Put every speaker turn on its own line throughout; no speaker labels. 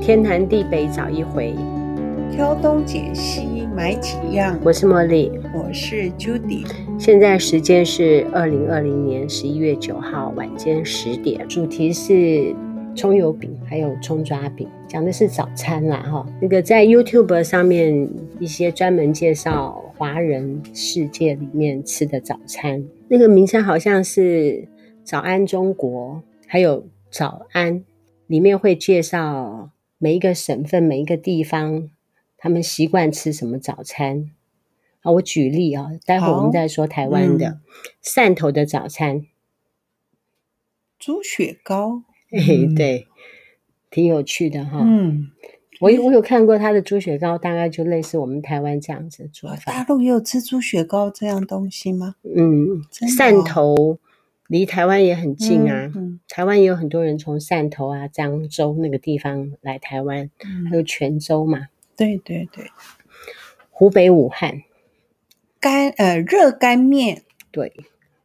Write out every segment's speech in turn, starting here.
天南地北找一回。
挑东拣西买几样。
我是茉莉，
我是 Judy，
现在时间是二零二零年十一月九号晚间十点，主题是葱油饼还有葱抓饼，讲的是早餐啦哈。那个在 YouTube 上面一些专门介绍华人世界里面吃的早餐，那个名称好像是“早安中国”，还有“早安”，里面会介绍每一个省份、每一个地方他们习惯吃什么早餐。啊，我举例啊，待会儿我
好
们再说台湾的、
嗯
汕头的早餐，
猪血糕。
嘿，
嗯，
对，挺有趣的哈。
嗯，
我有我有看过他的猪血糕，大概就类似我们台湾这样子的做
大
法。
陆也有吃猪血糕这样东西吗？
嗯，
真的哦
汕头离台湾也很近啊，
嗯
台湾也有很多人从汕头啊、漳州那个地方来台湾，
嗯
还
嗯
有泉州嘛，
对对对，
湖北武汉。
干呃热干面。
对，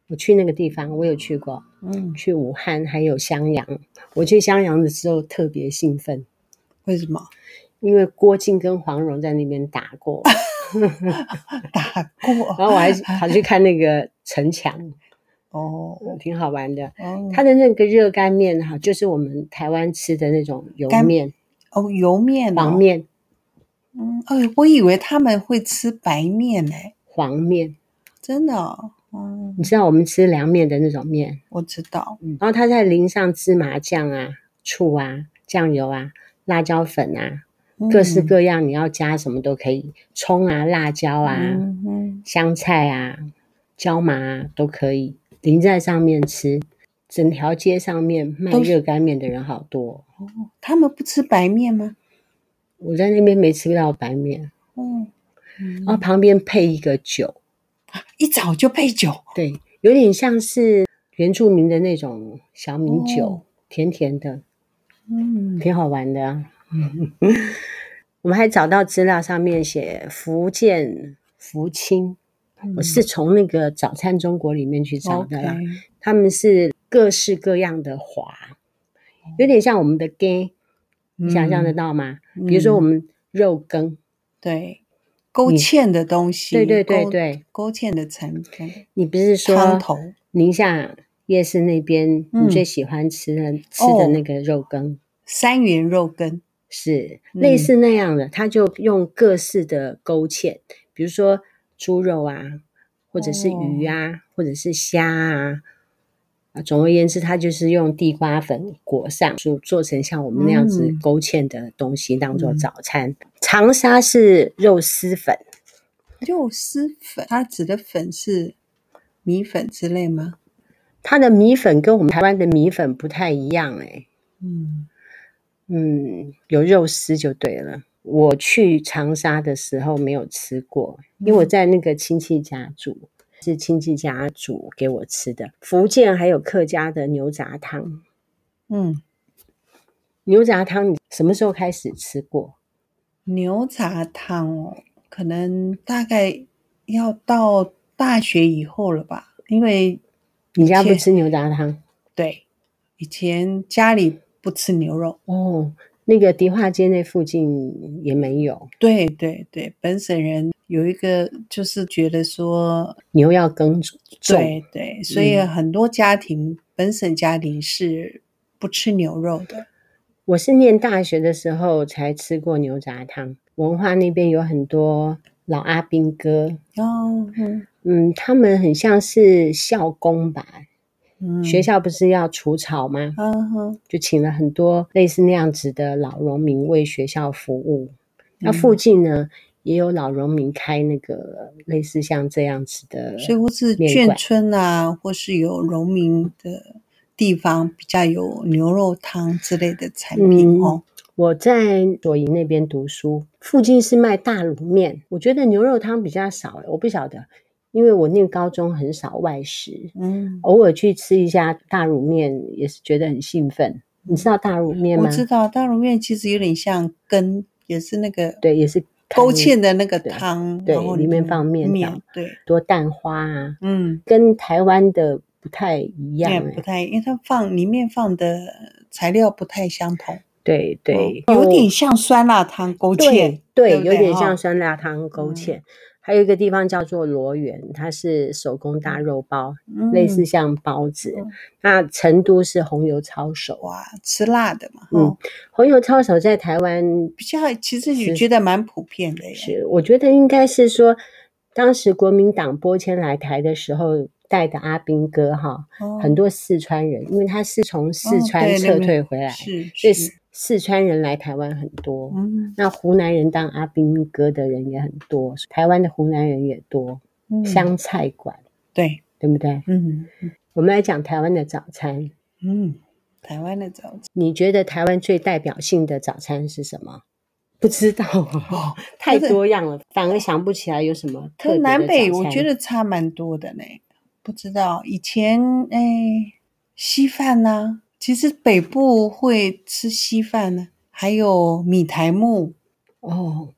我去那个地方，我有去过，
嗯，
去武汉还有襄阳。我去襄阳的时候特别兴奋，
为什么
因为郭靖跟黄蓉在那边打 过，
打过？
然后我还跑去看那个城墙，嗯
哦
挺好玩的。
哦，
它的那个热干面哈，就是我们台湾吃的那种油
干
面、
哦油面哦
黄。面、
嗯，哎，我以为他们会吃白面呢、
黄面。
真的哦。嗯
你，知道我们吃凉面的那种面，
我知道。
然后它再淋上芝麻酱啊、醋啊、酱油啊、辣椒粉啊，
嗯
各式各样，你要加什么都可以，葱啊、辣椒啊、
嗯嗯
香菜啊、椒麻啊都可以淋在上面吃。整条街上面卖
都是
热干面的人好多，哦
嗯，他们不吃白面吗？
我在那边没吃到白面，
嗯，嗯
然后旁边配一个酒，
一早就配酒，
对，有点像是原住民的那种小米酒，
哦
甜甜的，
嗯，
挺好玩的、啊。 我们还找到资料上面写福建福清，
嗯
我是从那个《早餐中国》里面去找的啦。他们是各式各样的华，有点像我们的羹，你想象得到吗？
哦嗯
比如说我们肉羹，
对勾芡的东西，
对对对
勾
对，
勾芡的成分，
你不是说
汤头
宁夏夜市那边你
嗯哦
最喜欢吃的、吃的那个肉羹？
三元肉羹，
是
嗯
类似那样的，他就用各式的勾芡，比如说猪肉啊，或者是鱼
哦
啊，或者是虾啊。啊，总而言之，它就是用地瓜粉裹上，就做成像我们那样子
嗯
勾芡的东西，当做
嗯
早餐。长沙是肉丝粉，
肉丝粉，它指的粉是米粉之类吗？
它的米粉跟我们台湾的米粉不太一样哎、
嗯，
嗯，有肉丝就对了。我去长沙的时候没有吃过，因
嗯
为我在那个亲戚家住，是亲戚家煮给我吃的。福建还有客家的牛杂汤，
嗯，
牛杂汤你什么时候开始吃过？
牛杂汤哦，可能大概要到大学以后了吧，因为
你家不
前
吃牛杂汤
对以前家里不吃牛肉，
哦？那个迪化街那附近也没有
对对对，本省人有一个就是觉得说，
牛要耕种，
对对，所以
嗯
很多家庭、本省家庭是不吃牛肉的。
我是念大学的时候才吃过牛杂汤。文化那边有很多老阿兵哥，
哦，嗯
嗯，他们很像是校工吧？
嗯，
学校不是要除草吗？
嗯哼，
就请了很多类似那样子的老农民为学校服务。那
嗯
附近呢，也有老农民开那个类似像这样子的，
所以或是
面
眷
馆
村啊，或是有农民的地方，比较有牛肉汤之类的产品
嗯
哦。
我在左营那边读书，附近是卖大卤面，我觉得牛肉汤比较少，欸我不晓得，因为我念高中很少外食，
嗯，
偶尔去吃一下大卤面也是觉得很兴奋。你知道大卤面吗
我？知道大卤面其实有点像羹，也是那个
对，也是
勾
看
芡的那个
对
汤，
对
然后
里面放面条
面，对，
多蛋花啊，
嗯，
跟台湾的不太一样、
也
欸。
不太，因为它放里面放的材料不太相同。
对对，
有点像酸辣汤勾哦芡
对，对，
不
有点
哈
像酸辣汤勾
嗯
芡。还有一个地方叫做罗源，它是手工大肉包，类似
嗯
像包子
嗯。
那成都是红油抄手，
哇，吃辣的嘛，
嗯
哈，
红油抄手在台湾
比较其实你觉得蛮普遍的耶，
是，我觉得应该是说，当时国民党拨迁来台的时候带的阿兵哥哈，
哦
很多四川人，因为他是从四
哦
川
对那
撤
边
退回来，
是
所以
是
四，四川人来台湾很多。
嗯
那湖南人当阿兵哥的人也很多，台湾的湖南人也多，
嗯
湘菜馆
对，
对不对？
嗯
我们来讲台湾的早餐，
嗯，台湾的早餐
你觉得台湾最代表性的早餐是什么？不知道啊，
哦，
太
真的
多样了，反而想不起来有什么特
可
别的
南北
早
我
餐
觉得差蛮多的呢，不知道以前哎稀饭呐、其实北部会吃稀饭呢、还有米苔木
哦，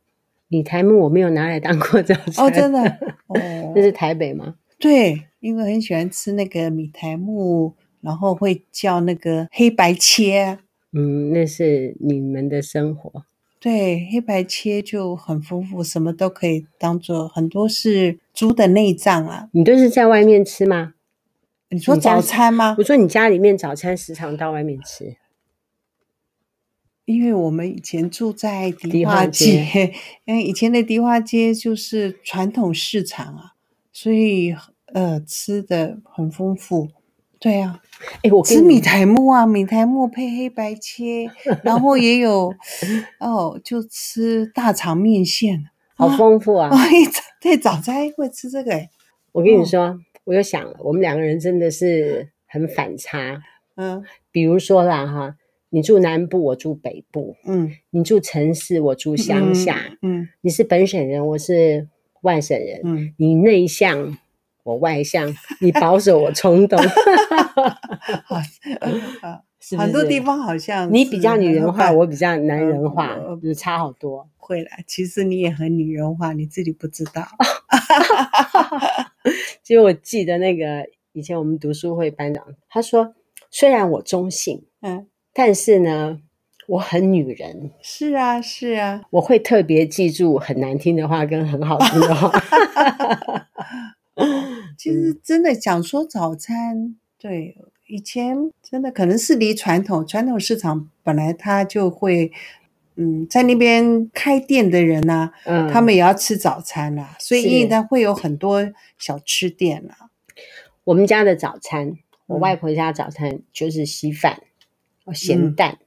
米苔木我没有拿来当过早餐
哦，真，的哦
那，是台北吗？
对，因为很喜欢吃那个米苔木，然后会叫那个黑白切啊，
嗯，那是你们的生活。
对，黑白切就很丰富，什么都可以当做，很多是猪的内脏啊。
你都是在外面吃吗？
你说
你家
嗯早餐吗
我？说你家里面早餐时常到外面吃，
因为我们以前住在
迪
迪
化
化
街
街， 因为以前的迪化街就是传统市场啊，所以呃吃的很丰富。对啊，
哎，我
吃
跟
米
你
苔木啊，米苔木配黑白切，然后也 有哦，就吃大肠面线。
好
啊
丰富啊！
哦， 一早对早餐会吃这个、欸，
我跟你
哦
说，我又想了，我们两个人真的是很反差。
嗯
比如说啦，哈，你住南部，我住北部；
嗯，
你住城市，我住乡下；
嗯，
你是本省人，我是外省人。
嗯嗯，
你内向，我外向；你保守，我冲 动。
好，啊
是不
很多
是
地方好像
你比较
是
女人化，
很
我比较男人化
嗯，
就差好多。
会啦。其实你也很女人化，你自己不知 道。
其实我记得那个以前我们读书会班长，他说虽然我中性，
嗯，
但是呢，我很女人，
是啊，是啊，
我会特别记住很难听的话跟很好听的 话。
其实
嗯
真的想说早餐，对，以前真的可能是离传统传统市场本来它就会。嗯，在那边开店的人呐、
嗯，
他们也要吃早餐啦、所以
是
应该会有很多小吃店啦、
我们家的早餐，我
嗯
外婆家早餐就是稀饭、哦咸
嗯
蛋，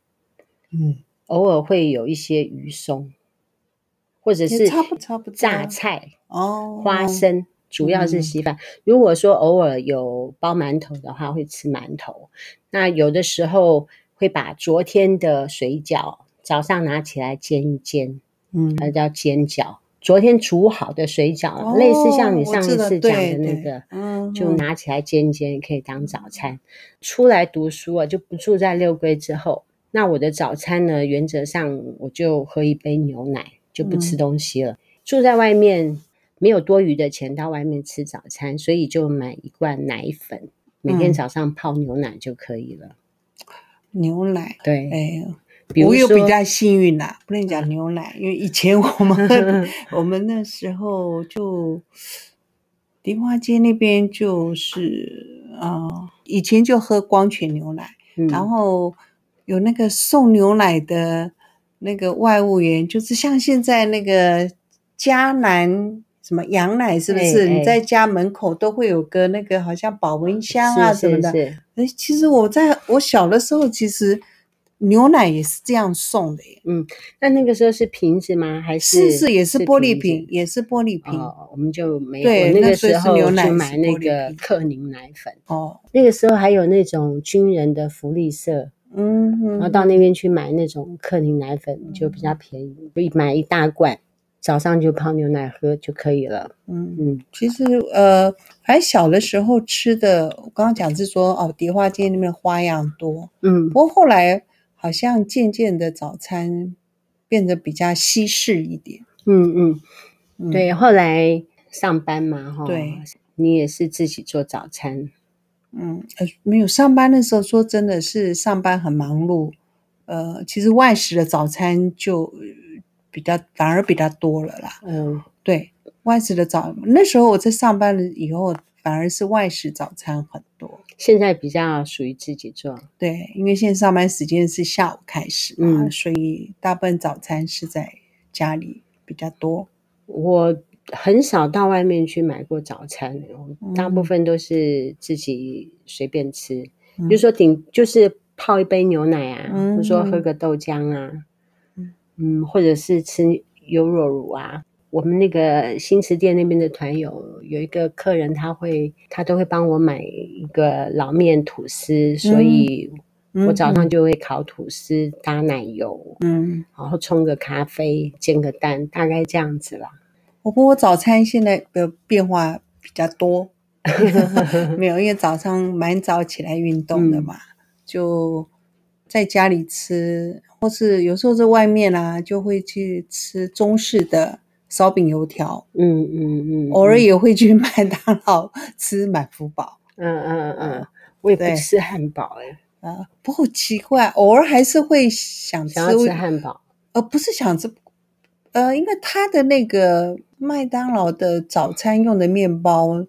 嗯，
偶尔会有一些鱼松，或者
也
是
差不差不多
榨菜、
哦，嗯
花生，主要是稀饭。如果说偶尔有包馒头的话，会吃馒头。那有的时候会把昨天的水饺早上拿起来煎一煎，
嗯，
它叫煎饺。昨天煮好的水饺，
哦
呃类似像你
我
上一
知道
次讲的
对
那
对
个。
嗯，
就拿起来煎一煎，可以当早餐。出来读书啊，就不住在六龟之后。那我的早餐呢，原则上我就喝一杯牛奶，就不
嗯
吃东西了。住在外面没有多余的钱到外面吃早餐，所以就买一罐奶粉，每天
嗯
早上泡牛奶就可以了。
牛奶。
对，
哎，
比如
我又比
说，
较幸运啦，不能讲牛奶，因为以前我 们我们那时候就迪化街那边就是啊、呃以前就喝光泉牛奶，
嗯
然后有那个送牛奶的那个外务员，就是像现在那个迦南。什么羊奶是不
哎
是？
哎
你在家门口都会有个那个好像保温箱啊
是
什么的，
是是
哎，其实我在我小的时候，其实牛奶也是这样送的耶，
那那个时候是瓶子吗？还
是
是
是也是玻璃
子
瓶，也是玻璃瓶
哦，我们就没有。
对
我那
那
个
所以
时
是
候
牛奶
就是买那
玻璃
个
瓶
克宁奶粉，
哦，
那个时候还有那种军人的福利社，
嗯，嗯
然后到那边去买那种克宁奶粉就比较便宜，一买一大罐，早上就泡牛奶喝就可以了。
嗯，
嗯，
其实呃，还小的时候吃的，我刚刚讲是说哦，迪化街那边花样多，
嗯
不，过后来好像渐渐的早餐变得比较西式一点，
嗯
嗯
嗯，，对。后来上班嘛，哈，
对，
你也是自己做早餐，
嗯，呃，没有上班的时候，说真的是上班很忙碌，呃，其实外食的早餐就比较反而比较多了啦。
嗯
对，外食的早那时候我在上班了以后，反而是外食早餐很多。
现在比较属于自己做，
对，因为现在上班时间是下午开始嘛，
嗯
所以大部分早餐是在家里比较多。
我很少到外面去买过早餐，我大部
嗯
分都是自己随便吃，
嗯
比如说顶就是泡一杯牛奶啊，或者说喝
嗯
个豆浆啊
嗯，
嗯，或者是吃优酪乳啊。我们那个新池店那边的团友有一个客人，他会他都会帮我买一个老面吐司，所
嗯
以我
嗯
早上就会烤吐司搭奶油，
嗯，
然后冲个咖啡，煎个蛋，大概这样子啦。
我不过早餐现在的变化比较 多， 没有，因为早上蛮早起来运动的嘛，
嗯
就在家里吃，或是有时候在外面啦、就会去吃中式的烧饼油条，
嗯嗯嗯，
偶尔也会去麦 当劳吃满福堡。
嗯嗯嗯，我也不
对
吃汉堡哎、
啊，不过奇怪，偶尔还是会想吃，
想要吃汉堡，
呃，不是想吃，呃，因为他的那个麦当劳的早餐用的面包，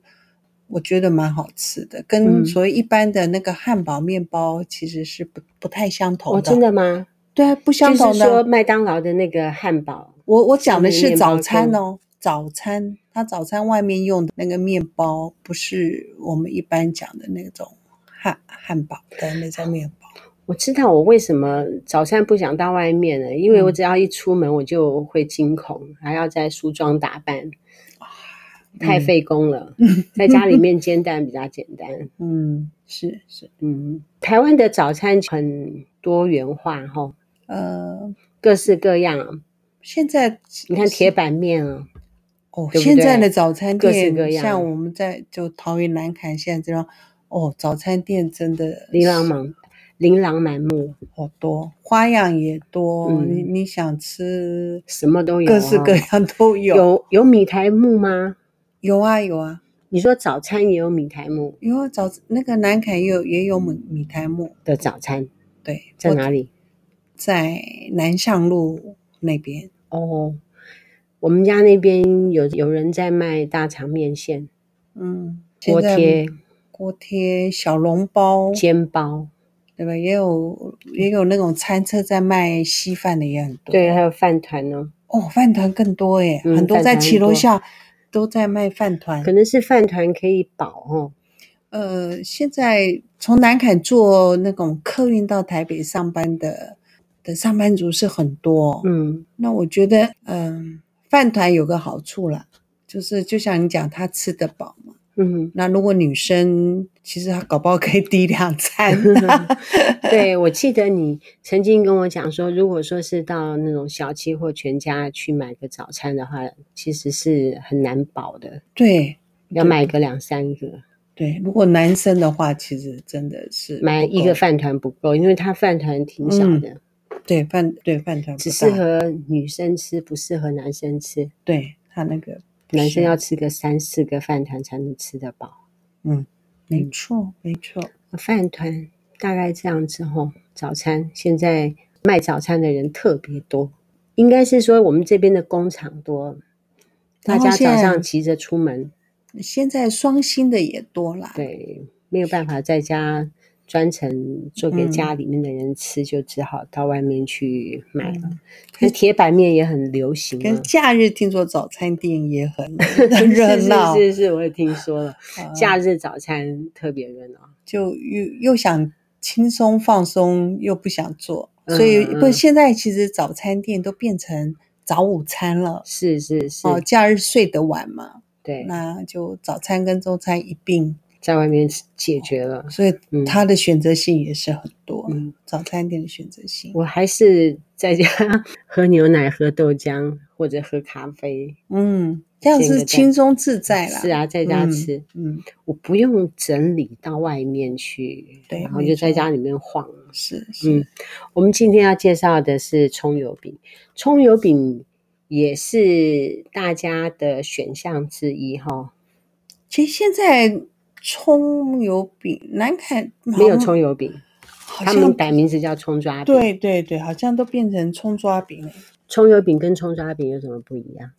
我觉得蛮好吃的，
嗯
跟所谓一般的那个汉堡面包其实是不不太相同的。
哦，真的吗？
对啊，不相
就是
同
说
的。
麦当劳的那个汉堡，
我我讲的
上面
是
面包
早餐
跟
哦，早餐，他早餐外面用的那个面包，不是我们一般讲的那种汉汉堡的那种面包。
我知道我为什么早餐不想到外面了，因为我
嗯
只要一出门我就会惊恐，还要再梳妆打扮，太
嗯
费工 了。在家里面煎蛋比较简单。
嗯，是是，
嗯，台湾的早餐很多元化哈、哦，
呃，
各式各样。
现在
你看铁板面啊，
哦，
对不
现在
对
的早餐
各式
店，
各样
像我们在就桃园南崁现在这样，哦，早餐店真的
琳琅满琳琅满目，
好多，花样也多。你
嗯
你想吃
什么都有、啊
各式各。样都有，
有有米苔木吗？
有啊有啊
你说早餐也有米苔木
有啊早那个南崁也有也有米米苔木，
的早餐，
对，
在
我
哪里？
在南向路那边。
哦，我们家那边有有人在卖大肠面线、
嗯，
锅
现在
贴、
锅贴、小笼包，
煎包，
对吧？也有也有那种餐车在卖稀饭的也很多。
对，还有饭团哦。
哦，饭团更多耶，
嗯
很多
饭
在
团
骑
很
楼
多
下都在卖饭团
可。能是饭团可以饱哦。
呃，现在从南坎坐那种客运到台北上班的的上班族是很多。，
嗯，
那我觉得，嗯、饭团有个好处啦，就是就像你讲，他吃得饱嘛。
嗯，
那如果女生，其实她搞不好可以抵 两餐。
对，我记得你曾经跟我讲说，如果说是到那种小七或全家去买个早餐的话，其实是很难饱的，
对
要买个两三个，
对，如果男生的话，其实真的是
买
不
一
够
个饭团不够，因为它饭团挺小的，
对饭对饭团不
只适
大
合女生吃，不适合男生吃。
对他那个不
男生
是
要吃个三四个饭团才能吃得饱。嗯
没错，没错。
饭团大概这样子吼，早餐现在卖早餐的人特别多，应该是说我们这边的工厂多，大
然后
家
现
早
在
上急着出门，
现在双薪的也多啦，
对，没有办法在家专程做给
嗯
家里面的人吃，就只好到外面去买了。可
可
是铁板面也很流行啊
跟。假日听说早餐店也很很
是
热闹，
是是是，我也听说了，
啊
假日早餐特别热闹。
嗯就又又想轻松放松，又不想做，所以
嗯嗯
不现在其实早餐店都变成早午餐了。
是是是，
哦，假日睡得晚嘛，
对，
那就早餐跟中餐一并，
在外面解决了。
所以
嗯
它的选择性也是很多。
嗯
早餐店的选择性，
我还是在家 喝牛奶、喝豆浆或者喝咖啡。
嗯，这样
这个
是
在
轻松自在啦。
是啊，在家
嗯
吃，
嗯，
我不用整理到外面去，
对
然后
没
就在
错
家里面晃。
是是。
嗯，我们今天要介绍的是葱油饼，葱油饼也是大家的选项之一
哦
哈。
其实现在葱油饼南凯
没有葱油饼，
好
他
像
们改名字叫葱抓饼。，
对对对，好像都变成葱抓饼了。
葱油饼跟葱抓饼有什么不一样？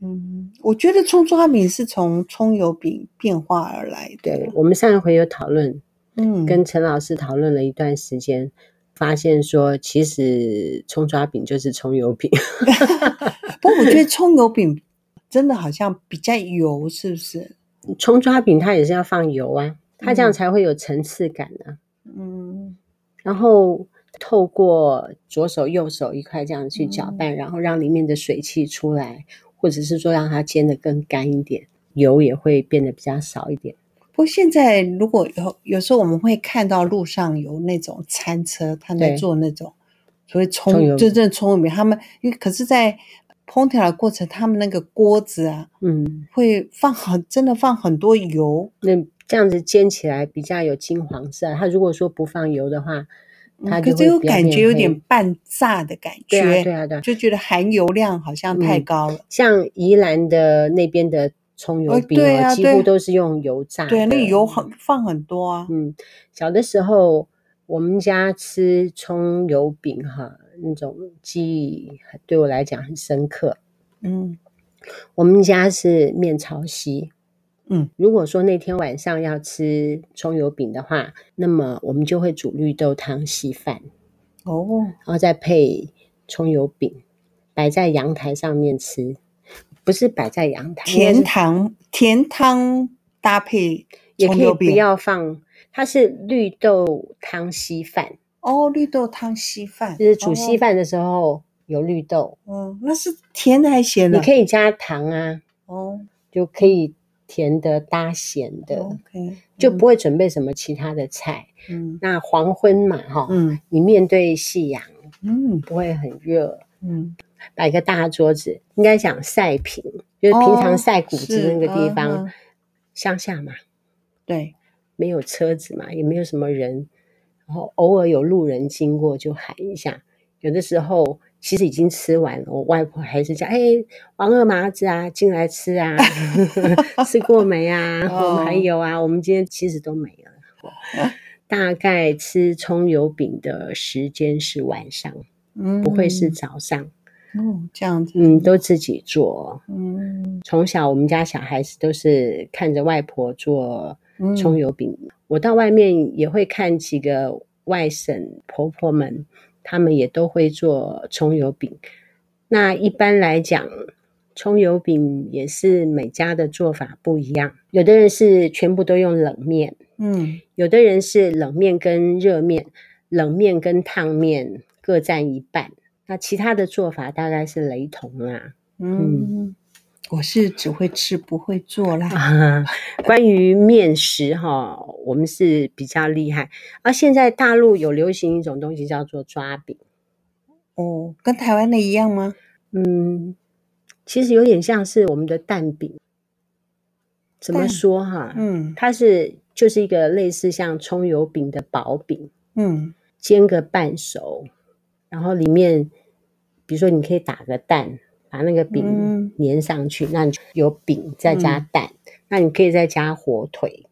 嗯，我觉得葱抓饼是从葱油饼变化而来的。
对我们上一回有讨论，
嗯，
跟陈老师讨论了一段时间，发现说其实葱抓饼就是葱油饼。
不过我觉得葱油饼真的好像比较油，是不是？
葱抓饼它也是要放油啊，它这样
嗯
才会有层次感啊。
嗯，
然后透过左手右手一块这样去搅
嗯
拌，然后让里面的水汽出来，或者是说让它煎得更干一点，油也会变得比较少一点。
不过现在如果有有时候我们会看到路上有那种餐车，他们在
对
做那种所谓
葱油
葱
饼
真正葱油饼，他们因为可是，在烹调的过程，他们那个锅子啊，
嗯，
会放很真的放很多油，
那这样子煎起来比较有金黄色。啊它如果说不放油的话，
嗯
它就
可
会
是又
比较
感觉
面
有
黑
点半炸的感
对
觉，
啊，对啊，对啊。
就觉得含油量好像太
嗯
高了。
像宜兰的那边的葱油
哦
饼、哦
对啊
几
对
乎都是用油炸的。
对，啊那个油很放很多啊。
嗯，小的时候我们家吃葱油饼哈，那种记忆对我来讲很深刻。
嗯
我们家是面朝西，
嗯，
如果说那天晚上要吃葱油饼的话，那么我们就会煮绿豆汤稀饭，
哦，
然后再配葱油饼，摆在阳台上面吃，不是摆在阳台，
甜汤甜汤搭配
也
葱
可以
油
不
饼，
要放，它是绿豆汤稀饭，
哦，绿豆汤稀饭，
就是煮稀
哦。
饭的时候有绿豆，
嗯，那是甜的还是咸的？
你可以加糖啊，
哦
就可以甜的搭咸的，
，OK，
就不会准备什么其他的菜。
嗯
那黄昏嘛，哈、
嗯
你面对夕阳
嗯
不会很热，
嗯，
摆个大桌子，应该讲晒平，就是平常
哦
晒谷子
是
那个地
嗯
方，
嗯
乡下嘛，
对，
没有车子嘛，也没有什么人，然后偶尔有路人经过就喊一下。有的时候其实已经吃完了，我外婆还是讲：“哎，王二麻子啊，进来吃啊， 吃过没啊？
哦
我们还有啊，我们今天其实都没了。”大概吃葱油饼的时间是晚上，
嗯，
不会是早上。
哦这样子，
嗯，都自己做。
嗯
从小我们家小孩子都是看着外婆做
嗯
葱油饼。我到外面也会看几个外省婆婆们，她们也都会做葱油饼。那一般来讲，葱油饼也是每家的做法不一样，有的人是全部都用冷面，
嗯
有的人是冷面跟热面，冷面跟烫面各占一半。那其他的做法大概是雷同啦、
嗯，我是只会吃不会做啦。
啊， 关于面食哈，我们是比较厉害。而现在大陆有流行一种东西叫做抓饼，
哦，跟台湾的一样吗？
嗯，其实有点像是我们的蛋饼。怎么
蛋
说哈？
嗯
它是就是一个类似像葱油饼的薄饼，
嗯
煎个半熟，然后里面，比如说你可以打个蛋，把那个饼
嗯
粘上去，那你就有饼再加
嗯
蛋，那你可以再加火腿，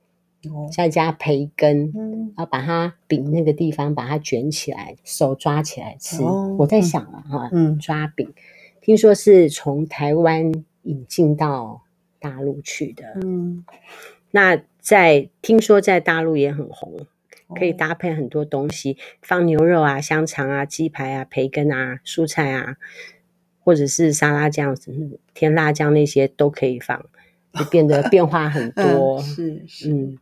哦
再加培根，
嗯
然后把它饼那个地方把它卷起来，手抓起来吃。
哦
我在
嗯
想了哈，
嗯
抓饼，听说是从台湾引进到大陆去的。
嗯，
那在听说在大陆也很红，可以
哦
搭配很多东西，放牛肉啊、香肠啊、鸡排啊、培根啊、蔬菜啊，或者是沙拉酱、嗯甜辣酱那些都可以放，就变得变化很多
嗯。是是。
嗯，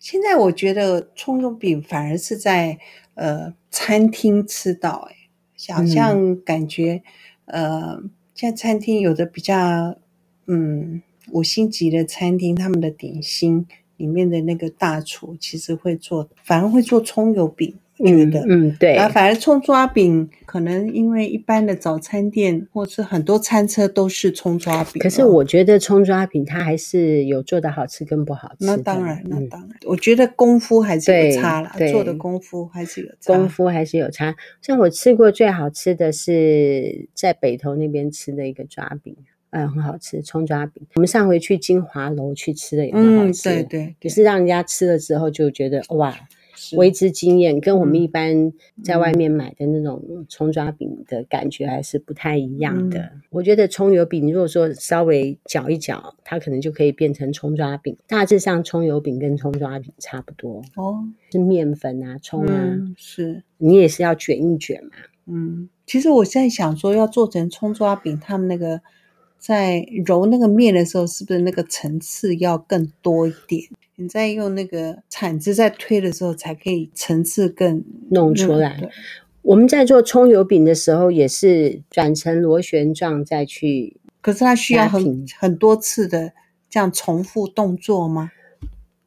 现在我觉得葱油饼反而是在呃餐厅吃到、欸，哎，好
嗯
像感觉、呃，现在餐厅有的比较嗯五星级的餐厅，他们的点心里面的那个大厨其实会做，反而会做葱油饼，我觉得。
嗯嗯对
然，后反而葱抓饼，可能因为一般的早餐店或是很多餐车都是葱抓饼了。哦
可是我觉得葱抓饼它还是有做的好吃跟不好吃的。
那当然，那
嗯
当然，我觉得功夫还是
对
有差啦，做的
对
功夫还是有差。
功夫还是有差。像我吃过最好吃的是在北投那边吃的一个抓饼，嗯，很好吃，葱抓饼。我们上回去金华楼去吃的也很好
嗯，
吃，
对对，
可是让人家吃了之后就觉得哇，为之惊艳，跟我们一般在外面买的那种葱抓饼的感觉还是不太一样的。我觉得葱油饼，如果说稍微搅一搅，它可能就可以变成葱抓饼。大致上，葱油饼跟葱抓饼差不多，
哦，
是面粉啊、葱啊，
嗯，是，
你也是要卷一卷嘛。
嗯，其实我现在想说，要做成葱抓饼，他们那个在揉那个面的时候，是不是那个层次要更多一点？你在用那个铲子在推的时候，才可以层次更
弄出来
对
我们在做葱油饼的时候，也是转成螺旋状再去
可是它需要
压
很
平
很多次的这样重复动作吗？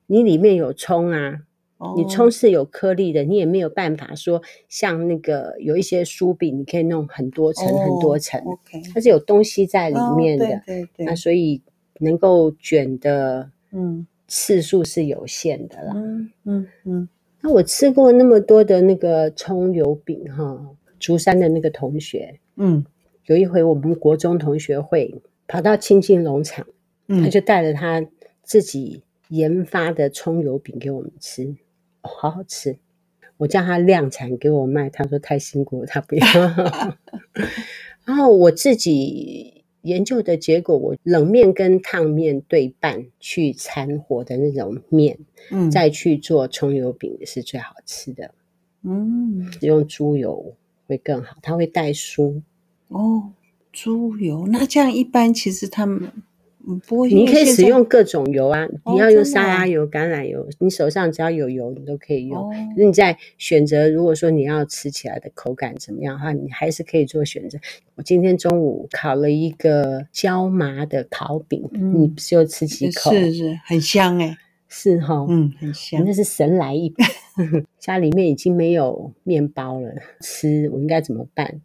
你里面有葱啊，
哦
你葱是有颗粒的，你也没有办法说像那个有一些酥饼，你可以弄很多层、很多层，
哦，OK，
它是有东西在里面的，
哦对对
那
对，
所以能够卷的
嗯
次数是有限的啦。
嗯嗯嗯，
那我吃过那么多的那个葱油饼哈，竹山的那个同学，
嗯
有一回我们国中同学会跑到清境农场，他
嗯，
就带了他自己研发的葱油饼给我们吃，哦好好吃。我叫他量产给我卖，他说太辛苦了，他不 要。然后我自己研究的结果，我冷面跟烫面对半去掺和的那种面，
嗯
再去做葱油饼是最好吃的。
嗯
只用猪油会更好，它会带酥。
哦，猪油，那这样一般其实他们，嗯不过因
你
为
可以
现
使
在
用各种油啊，
哦
你要用
真的啊
沙拉油、橄榄油，你手上只要有油，你都可以用。
哦
可是你在选择，如果说你要吃起来的口感怎么样的话，你还是可以做选择。我今天中午烤了一个椒麻的烤饼，
嗯
你不是又吃几口？
是是很香哎、
是哈，
嗯，很香
那，是神来 一笔。家里面已经没有面包了，吃我应该怎么办？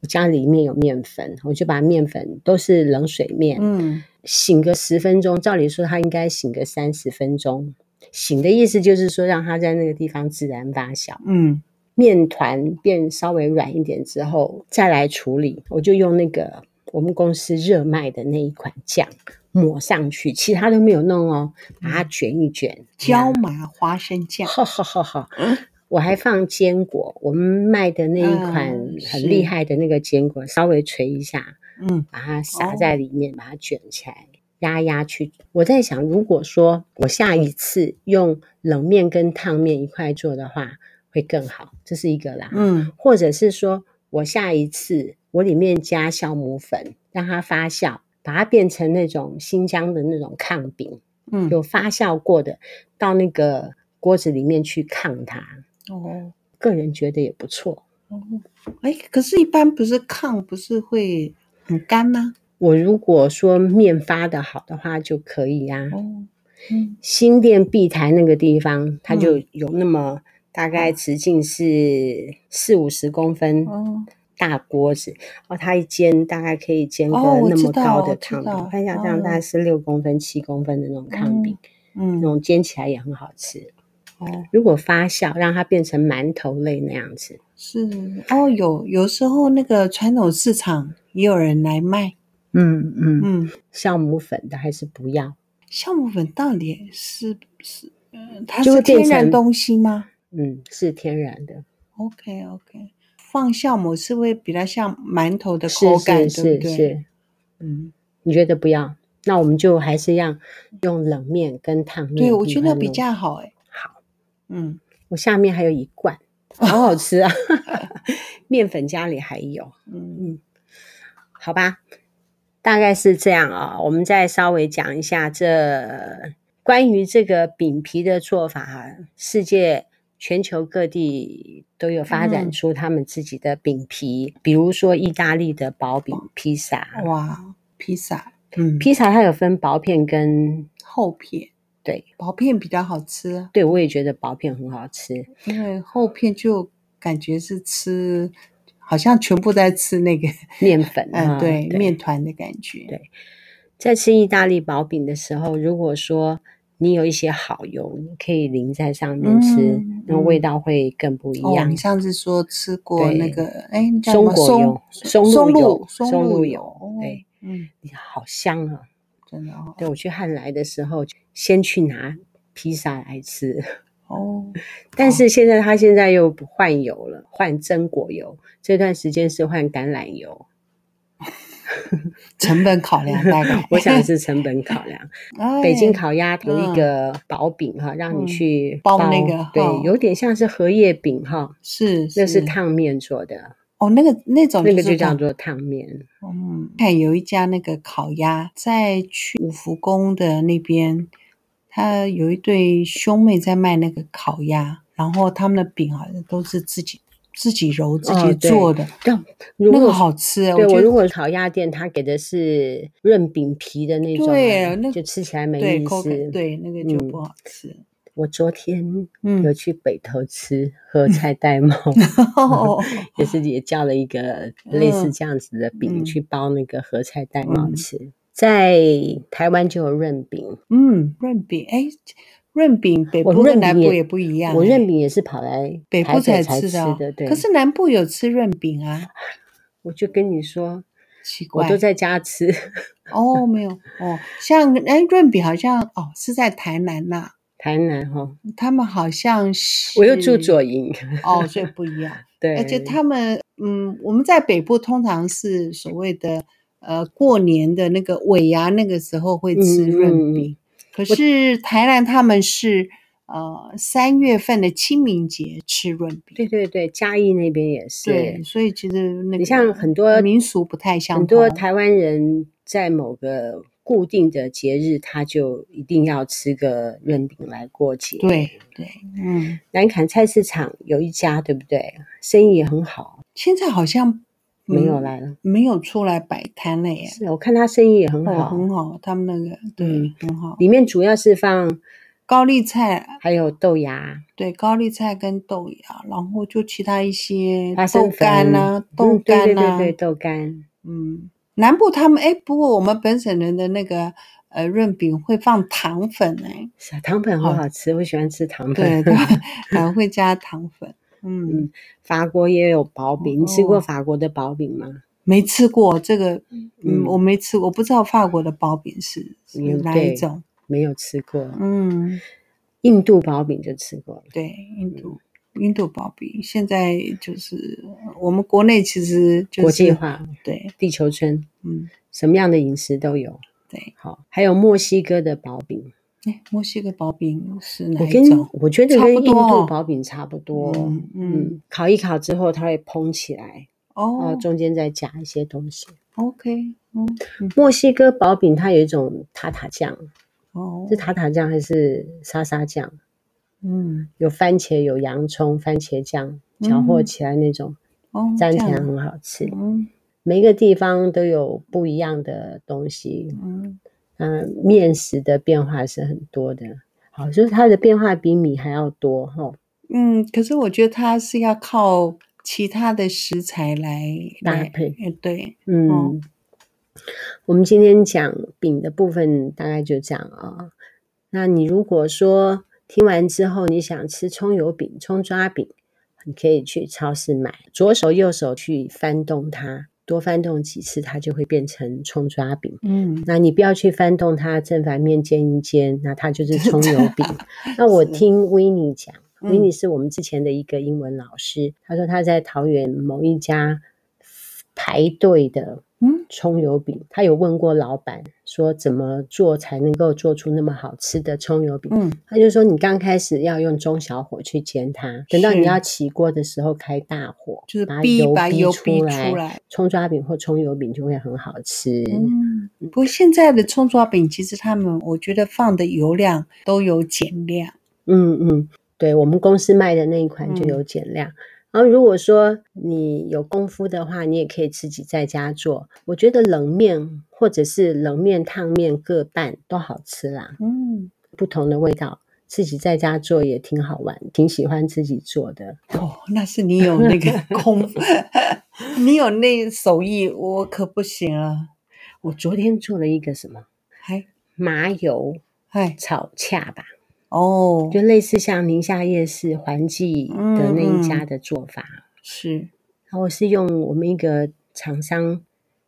我家里面有面粉，我就把面粉都是冷水面，
嗯
醒个十分钟。照理说它应该醒个三十分钟。醒的意思就是说让它在那个地方自然发酵，
嗯
面团变稍微软一点之后再来处理。我就用那个我们公司热卖的那一款酱抹上去，其他都没有弄哦，把它卷一卷，
椒
嗯
麻花生酱，
好好好好，我还放坚果，我们卖的那一款
嗯
很
是
厉害的那个坚果，稍微捶一下，
嗯
把它
哦
撒在里面，把它卷起来，压压去。我在想，如果说我下一次用冷面跟烫面一块做的话，会更好，这是一个啦。
嗯
或者是说我下一次我里面加酵母粉，让它发酵，把它变成那种新疆的那种炕饼。
嗯，
有发酵过的，到那个锅子里面去炕它。
哦
个人觉得也不错。
哦，哎，可是，一般不是炕不是会很干吗？
我如果说面发的好的话，就可以呀、啊。
哦，嗯
新店碧台那个地方，它就有那么大概直径是四五十公分
哦，
大锅子，哦，它一煎大概可以煎个
哦我
那
知
么高
道
的
我知
炕
道哦
饼，看一下这样大概是六公分、七公分的那种炕饼，那
嗯
种煎起来也很好吃。
哦
如果发酵，让它变成馒头类那样子，
是哦，有有时候那个传统市场也有人来卖，
嗯嗯
嗯，
酵母粉的还是不要。
酵母粉到底是是，嗯，它
就是会变
天然
成
东西吗
嗯，是天然的，
？OK OK，放酵母是会比较像馒头的
是
口感，
是
对
是
不对？
是，
嗯，
你觉得不要？那我们就还是要用冷面跟烫面。
对，我觉得比。较好哎。
好，
嗯，
我下面还有一罐，好好吃 啊！面粉家里还有，
嗯
好吧？大概是这样啊、我们再稍微讲一下这关于这个饼皮的做法哈，世界全球各地都有发展
嗯
出他们自己的饼皮，比如说意大利的薄饼披萨，
哇，披萨，嗯，
披萨它有分薄片跟
厚片，
对，
薄片比较好吃啊，
对，我也觉得薄片很好吃。
因为厚片就感觉是吃，好像全部在吃那个，
面粉啊
嗯，对，
对
面团的感觉。
对在吃意大利薄饼的时候，如果说你有一些好油，你可以淋在上面吃，
嗯
那味道会更不一
哦，
样。
你上次说吃过那
对
个，哎，那叫什么
松果油
松
松露
露
油
松
松露
油
油，
哦
对，
嗯，
好香啊！
真的哦，
对我去汉来的时候，先去拿披萨来吃，
哦，
但是现在他现在又不换油了，换榛果油，这段时间是换橄榄油，
成本考量大概
我想是成本考量。
哎
北京烤鸭头一个薄饼哈，让你去
嗯包那个
对
哈，
有点像是荷叶饼哈，
是
那是烫面做的，
哦，那个那种
那个就
这
叫
样。
做烫面。
嗯，看有一家那个烤鸭，在去五福宫的那边，他有一对兄妹在卖那个烤鸭，然后他们的饼好像都是自己自己揉自己
哦对
做的，
但如
那
果
个好吃欸，
对
觉
我如
得
果烤鸭店，他给的是润饼皮的那种啊，
对那
就吃起来没
对
意
口
思。嗯
感对那个就不好吃。
我昨天
嗯
有，去北投吃和菜戴 猫，
哦，
也是也叫了一个类似这样子的饼、
嗯
去包那个和菜戴猫
嗯
吃。在台湾就有润饼，
嗯，润饼，哎，润饼北
我
部跟
润
南
饼
部
也
也不一样欸，
我润饼也是跑来
北
台
部
北才
吃
吃
的哦，
对。
可是南部有吃润饼啊，
我就跟你说，
奇怪，
我都在家吃，
哦，没有哦，像哎润饼好像哦是在台南呐、
台南哈，
他们好像是
我又住左营，
哦，所以不一样。
对，
而且他们嗯，我们在北部通常是所谓的呃过年的那个尾牙那个时候会吃
嗯
润
嗯
饼，可是台南他们是呃三月份的清明节吃润饼。
对对对，嘉义那边也是，
对，所以其实那个
你像很多
民俗不太相同，
很多台湾人在某个固定的节日，他就一定要吃个润饼来过节。，
对对，嗯，
南坎菜市场有一家，对不对？生意也很好，
现在好像
没有
嗯
来了。
没有出来摆摊了耶。
是我看他生意也很
哦，
好，
很好，他们那个对
嗯
很好，
里面主要是放
高丽菜
还有豆芽，
对高丽菜跟豆芽，然后就其他一些
花
豆
生粉
干呐、豆
嗯对
干啊呐、
对对对，豆干。
嗯，南部他们哎，不过我们本省人的那个呃润饼会放糖粉哎，
是啊糖粉很好吃，我喜欢吃糖
对
粉。
对， 还会加糖粉，嗯，
嗯法国也有薄饼，你吃
哦
过法国的薄饼吗？
没吃过这个，嗯，
嗯
我没吃，我不知道法国的薄饼是是
嗯
哪一
对
种，
没有吃过，
嗯。
印度薄饼就吃过了。
对，印度
嗯
印度薄饼现在就是呃我们国内其实就是
国际，化，
对，
地球村，
嗯，
什么样的饮食都有。
对，
好，还有墨西哥的薄饼，
哎，墨西哥薄饼是哪
我
一
跟
种？
我觉得
差
跟
不
印
多
度
哦
薄饼差不多。
嗯嗯，
嗯，烤一烤之后，它会蓬起来，然后
哦
中间再夹一些东西。
，OK，嗯嗯，
墨西哥薄饼它有一种塔塔酱，
哦
是，塔塔酱还是沙沙酱？
嗯，
有番茄，有洋葱，番茄酱搅和
嗯
起来那种，
哦，
沾
这
起来
样，
很好吃。
嗯
每一个地方都有不一样的东西，
嗯，
嗯、面食的变化是很多的。好，就是它的变化比米还要多哈、吼
嗯，可是我觉得它是要靠其他的食材来
搭
来
配
呃对，
嗯，
哦
我们今天讲饼的部分大概就这样啊、那你如果说听完之后你想吃葱油饼、葱抓饼，你可以去超市买，左手右手去翻动它，多翻动几次，它就会变成葱抓饼。
嗯，。
那你不要去翻动它正反面煎一煎，那它就是葱油饼 那我
是
听维尼讲，维
嗯
尼是我们之前的一个英文老师，他说他在桃园某一家排队的
嗯
葱油饼，他有问过老板说怎么做才能够做出那么好吃的葱油饼。
嗯，
他就说，你刚开始要用中小火去煎它，等到
是
你要起锅的时候开大火，
就是
把
逼
油
把油
出
逼出
来，
来，
葱抓饼或葱油饼就会很好吃。
嗯，不过现在的葱抓饼，其实他们我觉得放的油量都有减量。
嗯嗯，对我们公司卖的那一款就
嗯
有减量。然后如果说你有功夫的话，你也可以自己在家做。我觉得冷面或者是冷面、烫面各半都好吃啦，
嗯，
不同的味道。自己在家做也挺好玩，挺喜欢自己做的。
哦，那是你有那个功夫，你有那手艺，我可不行了。
我昨天做了一个什么
还
麻油
哎
炒恰吧，
哦，
就类似像宁夏夜市环记的那一
嗯嗯
家的做法。
是
然后我是用我们一个厂商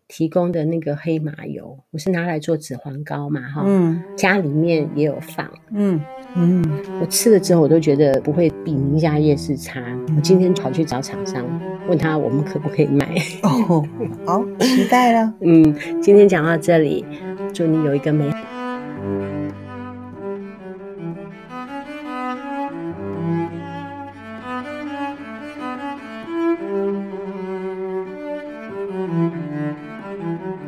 提供的那个黑麻油，我是拿来做指环膏嘛，哈、
嗯
家里面也有放。
嗯嗯
我吃了之后，我都觉得不会比名家夜市差。我今天跑去找厂商，问他我们可不可以买。
哦，好，期待了。
嗯，今天讲到这里，祝你有一个美